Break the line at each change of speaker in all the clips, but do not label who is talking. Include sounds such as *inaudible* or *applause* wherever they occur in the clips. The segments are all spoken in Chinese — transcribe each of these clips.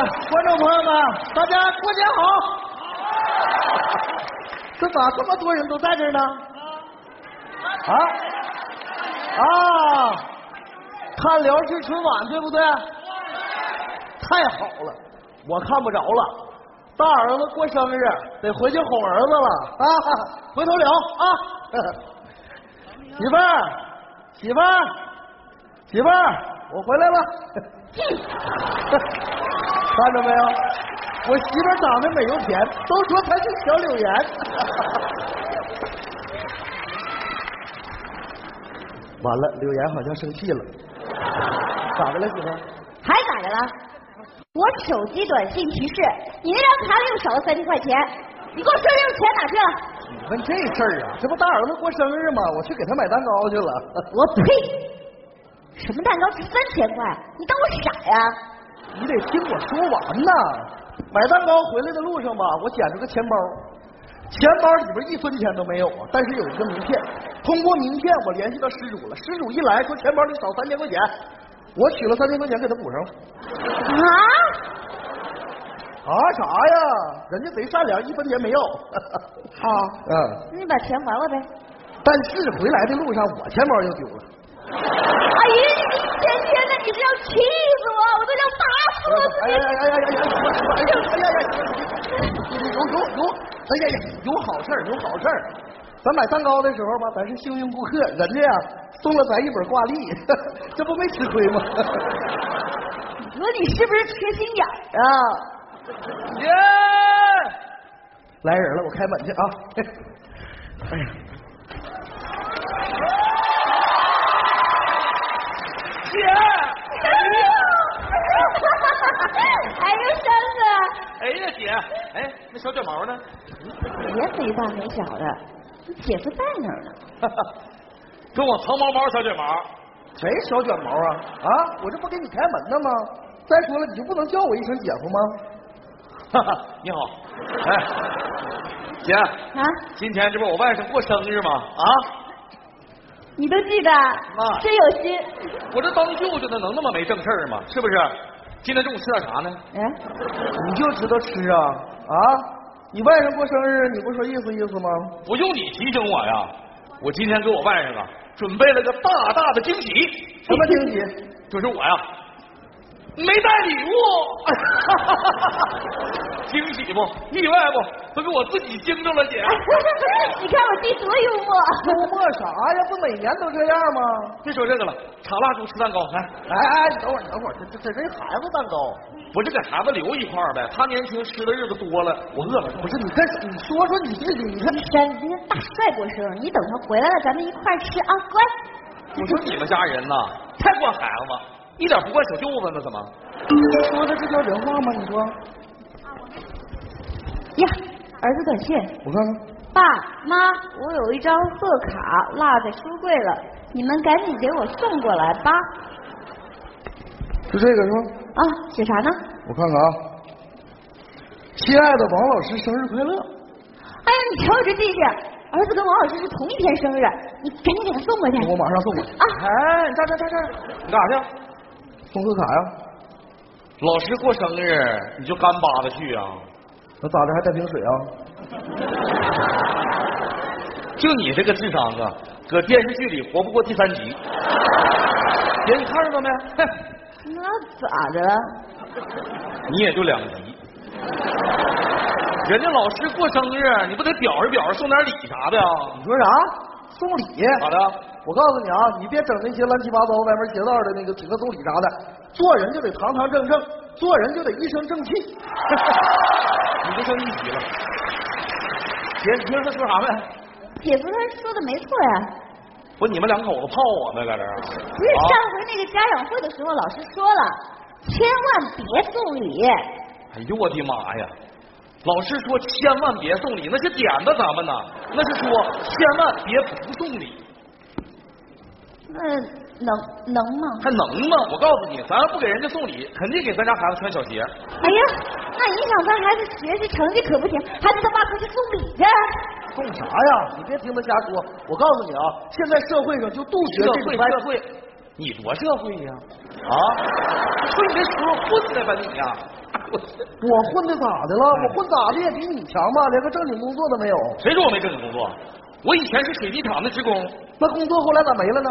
朋友们，大家过年好！这咋这么多人都在这儿呢？啊啊！看辽视春晚对不对？太好了，我看不着了。大儿子过生日，得回去哄儿子了啊！回头聊啊！ *laughs* 媳妇儿，媳妇儿，媳妇儿，我回来了。看着没有？我媳妇儿长得美又甜，都说她是小柳岩。 *laughs* 完了，柳岩好像生气了，咋的了，媳妇儿？
还咋的了？我手机短信提示你那张卡里又少了三千块钱，你给我说这钱哪去了？
你问这事儿啊？这不大儿子过生日吗？我去给他买蛋糕去了。 *laughs*
我呸！什么蛋糕值三千块？你当我傻呀？
你得听我说完呐。买蛋糕回来的路上吧，我捡着个钱包，钱包里边一分钱都没有啊，但是有一个名片。通过名片，我联系到失主了。失主一来说钱包里少三千块钱，我取了三千块钱给他补上了。
啊？
啊啥呀？人家贼善良，一分钱没要。
好、
嗯，
那你把钱还我呗。
但是回来的路上我钱包又丢了。
哎呀，你这天天的，你是要气死我，我都想打死我自
哎
己
呀！呀呀呀呀！哎呀哎呀呀！有有有！哎呀呀，有好事儿，有好事儿。咱买蛋糕的时候吧，咱是幸运顾客，人家呀送了咱一本挂历， *laughs* 这不没吃亏吗？
你说你是不是缺心眼儿啊？
耶！来人了，我开门去啊！ *laughs* 哎呀，
姐，
哎呦，山子，
哎呀姐，哎，那小卷
*laughs*
毛呢？
别没大没小的，你姐夫在哪儿呢？
跟我藏猫猫小卷毛，
谁小卷毛啊？啊，我这不给你开门呢吗？再说了，你就不能叫我一声姐夫吗？
哈哈， *laughs* 你好，哎，姐，
啊？
今天这不我外甥过生日吗？啊，
你都记得？
妈
真有心。
我这当舅舅的能那么没正事儿吗？是不是？今天中午吃点啥呢？
哎，
你就知道吃啊啊！你外甥过生日，你不说意思意思吗？
不用你提醒我呀，我今天给我外甥啊准备了个大大的惊喜，
什么惊喜？ *laughs*
就是我呀没带礼物， *laughs* 惊喜不？意外不？都给我自己惊着了，姐。
*laughs* 你看我弟多幽默。
周末啥呀？不每年都这样吗？
别说这个了，插蜡烛吃蛋糕，来，
哎哎，你等会儿，等会儿，这这这人孩子蛋糕，
我这给孩子留一块儿呗，他年轻吃的日子多了，我饿了。
不是你干啥？你说说你这你看，
山子，今天大帅过生日，你等他回来了，咱们一块儿吃啊，乖。
我说你们家人呐，太惯孩子了，一点不惯小舅子呢，怎么？
你说的这叫人话吗？你说，
呀，儿子短信，
我看看，
爸妈，我有一张贺卡落在书柜了，你们赶紧给我送过来吧。
就这个是吧？
啊，写啥呢？
我看看啊。亲爱的王老师，生日快乐！
哎呀，你瞧我这记性，儿子跟王老师是同一天生日，你赶紧给他送过去。
我马上送过去。
啊，
哎，你站站站站，你干啥去？
送贺卡呀？
老师过生日，你就干巴的去啊？
那咋的还带瓶水啊？
就你这个智商啊，搁电视剧里活不过第三集。姐，你看着了没？哼
那咋的了？
你也就两集。人家老师过生日，你不得表示表示，送点礼啥的啊呀？
你说啥？送礼？
咋的？
我告诉你啊，你别整那些乱七八糟、歪门邪道的那个请客送礼啥的，做人就得堂堂正正，做人就得一身正气。 *laughs*
你就剩一集了。姐，你听他说啥没？
姐夫他说的没错呀、
不是你们两口子泡我呢，在这儿。
不是
啊
上回那个家长会的时候，老师说了，千万别送礼。
哎呦我的妈呀！老师说千万别送礼，那是点子咱们呢，那是说千万别不送礼，
那嗯能能吗？
还能吗？我告诉你，咱要不给人家送礼，肯定给咱家孩子穿小鞋。
哎呀，那影响咱孩子学习成绩可不行，孩子他爸快去送礼去。哎
送啥哎呀？你别听他瞎说。我告诉你啊，现在社会上就杜绝
社
这种
会
歪
社会，啊你多社会呀、啊？你说你这时候混的吧你呀、 *laughs* 我天
我混的咋的了？
哎
我混咋的也比你强吧？连个正经工作都没有，
谁说我没正经工作？我以前是水泥厂的职工，
那工作后来咋没了呢？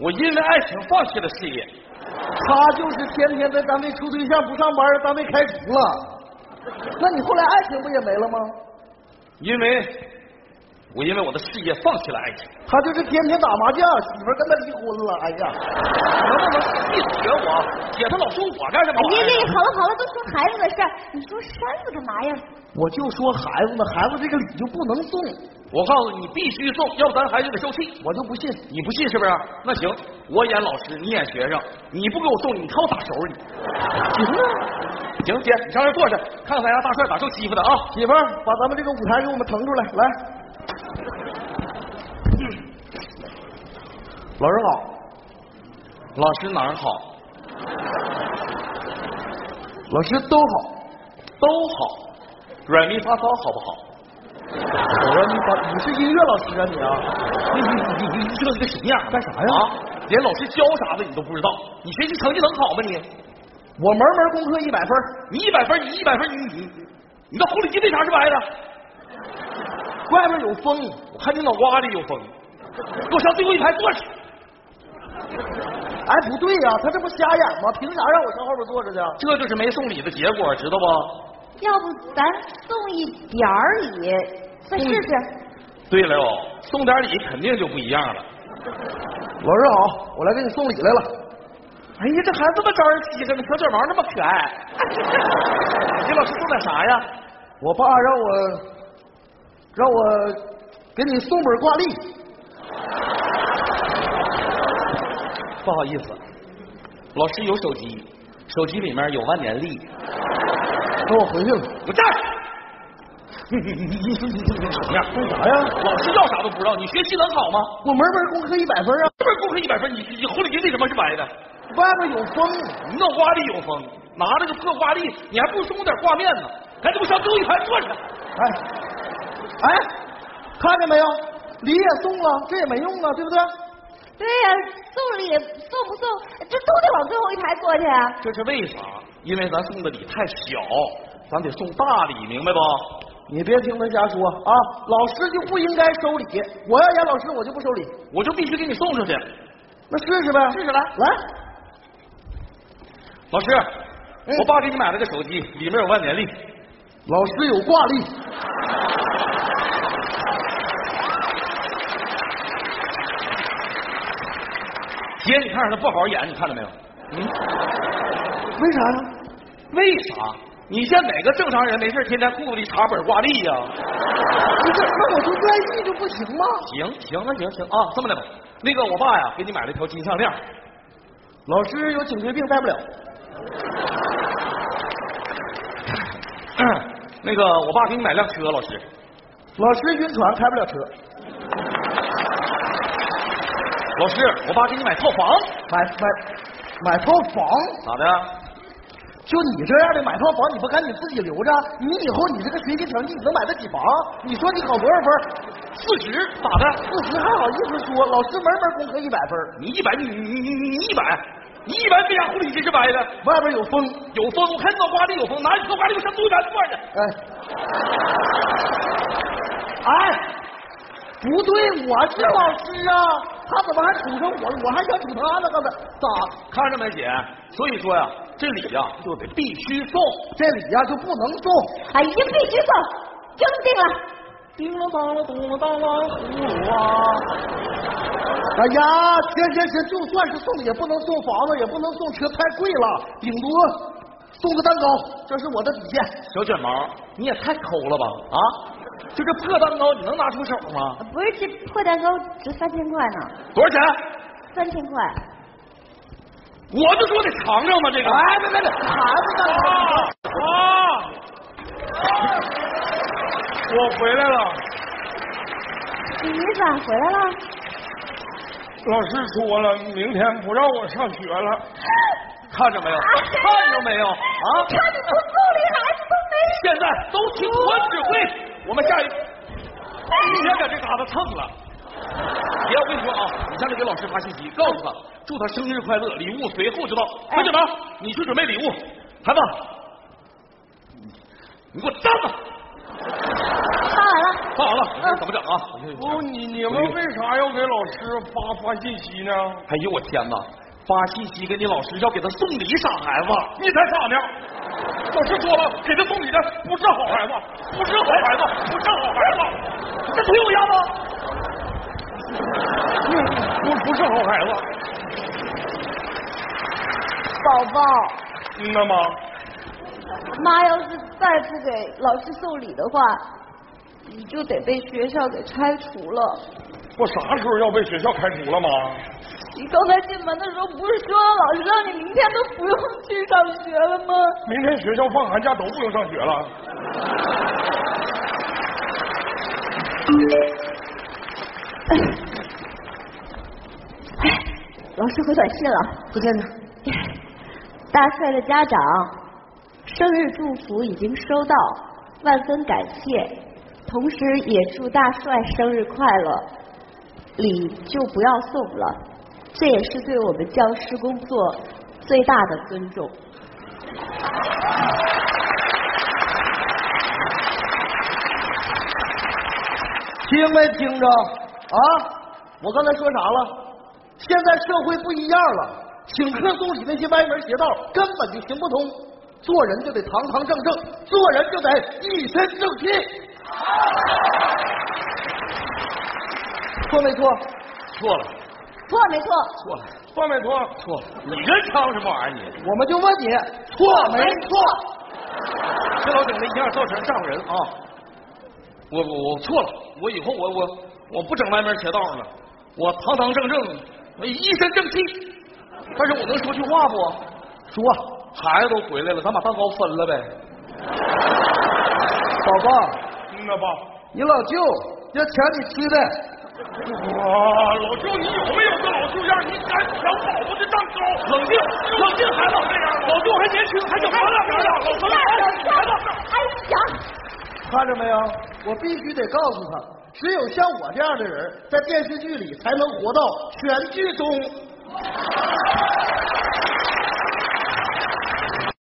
我因为爱情放弃了事业。
他就是天天在单位处对象不上班，单位开除了。那你后来爱情不也没了吗？
因为我因为我的事业放弃了爱情，
他就是天天打麻将，媳妇儿跟他离婚了。哎呀，
能不能闭嘴啊我？姐，他老说我干什么
哎
玩
呀
意
呀，
儿？
好
啊
了好了，都说孩子的事儿，你说扇子干嘛呀？
我就说孩子呢，孩子这个理就不能送，
我告诉你，你必须送，要不咱孩子得受气。
我就不信。
你不信是不是？那行，我演老师，你演学生，你不给我送，你看我打手你。
行啊，
行，姐，你上这儿坐着，看看咱家大帅咋受欺负的啊！
媳妇儿，把咱们这个舞台给我们腾出来，来。老师好，
老师哪儿好？
老师都好。
都好，软绵发骚好不好？
我说你把你是音乐老师啊你啊？
你你你你知道你个什么样？干啥呀？啊，连老师教啥的你都不知道，你学习成绩能好吗你？
我门门功课一百分儿，
你一百分，你一百分，你你你你那狐狸精为啥是白的？
外面有风，
我看你脑瓜里有风，给我上最后一排坐去。
哎，不对呀、他这不瞎演吗？凭啥让我上后边坐着去啊？
这就是没送礼的结果，知道不？
要不咱送一点儿礼，再试试。
对了哟，送点礼肯定就不一样了。
老师好，我来给你送礼来了。
哎呀，这孩子这么招人稀罕呢，小卷毛那么可爱。 *laughs* 给老师送点啥呀？
我爸让我让我给你送本挂历。
不好意思，老师有手机，手机里面有万年历。
那我回去了。
我站！你你你你你你你什么样？
干啥呀？
老师要啥都不知道，你学习能好吗？
我门门功课一百分啊，
这边功课一百分，你你狐狸精为什么是白的？
外面有风，
你脑瓜里有风，拿着个破挂历，你还不如送我点挂面呢？赶紧给我上最后一排坐去。
哎哎，看见没有？礼也送了，这也没用啊，对不对？
对呀、送礼送不送，这都得往最后一排坐去啊。
这是为啥？因为咱送的礼太小，咱得送大礼，明白不？
你别听他瞎说啊，老师就不应该收礼。我要演老师，我就不收礼。
我就必须给你送出去。
那试试呗，
试试来
来。
老师，
嗯
我爸给你买了个手机，里面有万年历。
老师有挂历，
姐，你看着他不好好演，你看着没有？
为啥呀？
为啥？你见哪个正常人没事天天裤子里插本挂历呀、
不是，那我就愿意就不行吗？
行行那行行啊，这么的吧，那个我爸呀给你买了一条金项链，
老师有颈椎病，戴不了。
*coughs* 那个我爸给你买辆车，老师，
老师晕船，开不了车。
老师，我爸给你买套房，
买买买套房，
咋的？
就你这样的买套房，你不赶紧自己留着？你以后你这个学习成绩，你能买得起房？你说你考多少分？
四十，咋的？
不识还好意思说？老师门门功课一百分，
你一百，你你你你一百，你一百为啥狐狸精是白的？
外边有风。
有风，我看到瓜里有风，拿你套瓜里我上东南坐着。
哎，哎，不对，我是老师啊，他怎么还杵上我了？我还想杵他呢，刚才咋？
看着没，姐？所以说呀，这礼呀就得必须送。
这礼呀、就不能送。
哎呀，必须送，扔定了。
叮了当了，咚了当了，葫芦娃、
哎呀，行行行，就算是送，也不能送房子，也不能送车，太贵了，顶多送个蛋糕，这是我的底线。
小卷毛，你也太抠了吧啊！就这破蛋糕，你能拿出手吗？
不是这破蛋糕值三千块呢，
多少钱？
三千块。
我就说得尝尝嘛，这个。
哎，别别别，孩子蛋糕，
啊！我回来了，
你咋回来了？
老师说了，明天不让我上学了。看着没有？哎
啊
看着没有？啊！
看你都送礼，孩子都没。
现在都听我指挥，我们下一，别在这嘎达蹭了。姐，我跟你说啊，你下次给老师发信息，告诉他，祝
哎
他生日快乐，礼物随后就到。快点吧，你去准备礼物。孩子，你给我站吧！
发完了，
放好了，我看怎么整啊？我就
不，嗯哦你你们为啥要给老师发发信息呢？
哎呦我天哪！发信息给你老师要给他送礼傻孩子，你才傻呢！老师说了，给他送礼的不是好孩子，不是好孩子，不是好孩子，这推我丫吗？
不嗯不是好孩子，
宝宝，
嗯呐妈，
妈要是再不给老师送礼的话，你就得被学校给拆除了。
我啥时候要被学校开除了妈？
你刚才进门的时候不是说老师让你明天都不用去上学了吗？
明天学校放寒假都不用上学了。
老师回短信了，不见呢。 *laughs* 大帅的家长生日祝福已经收到，万分感谢，同时也祝大帅生日快乐。礼就不要送了，这也是对我们教师工作最大的尊重。
听没听着啊？我刚才说啥了？现在社会不一样了，请客送礼那些歪门邪道根本就行不通。做人就得堂堂正正，做人就得一身正气。错没错？
错了，
错没错？
错了，
错没错？
错了！你这唱什么
啊
玩意儿？你
我们就问你，错没错？
这老整的一样造成丈人啊！我我我错了，我以后我我我不整歪门邪道了，我堂堂正正，我一身正气。但是我能说句话不？
说，
孩子都回来了，咱把蛋糕分了呗。
宝宝，
嗯呐爸，
你老舅要抢你吃的。
哇，老舅你有没有个老舅样？你敢抢宝宝的蛋糕？冷静，冷静，孩子这样，老舅还年轻，还小，咱俩咱俩，老舅孩子。
哎呀！
看着没有，我必须得告诉他，只有像我这样的人，在电视剧里才能活到全剧终。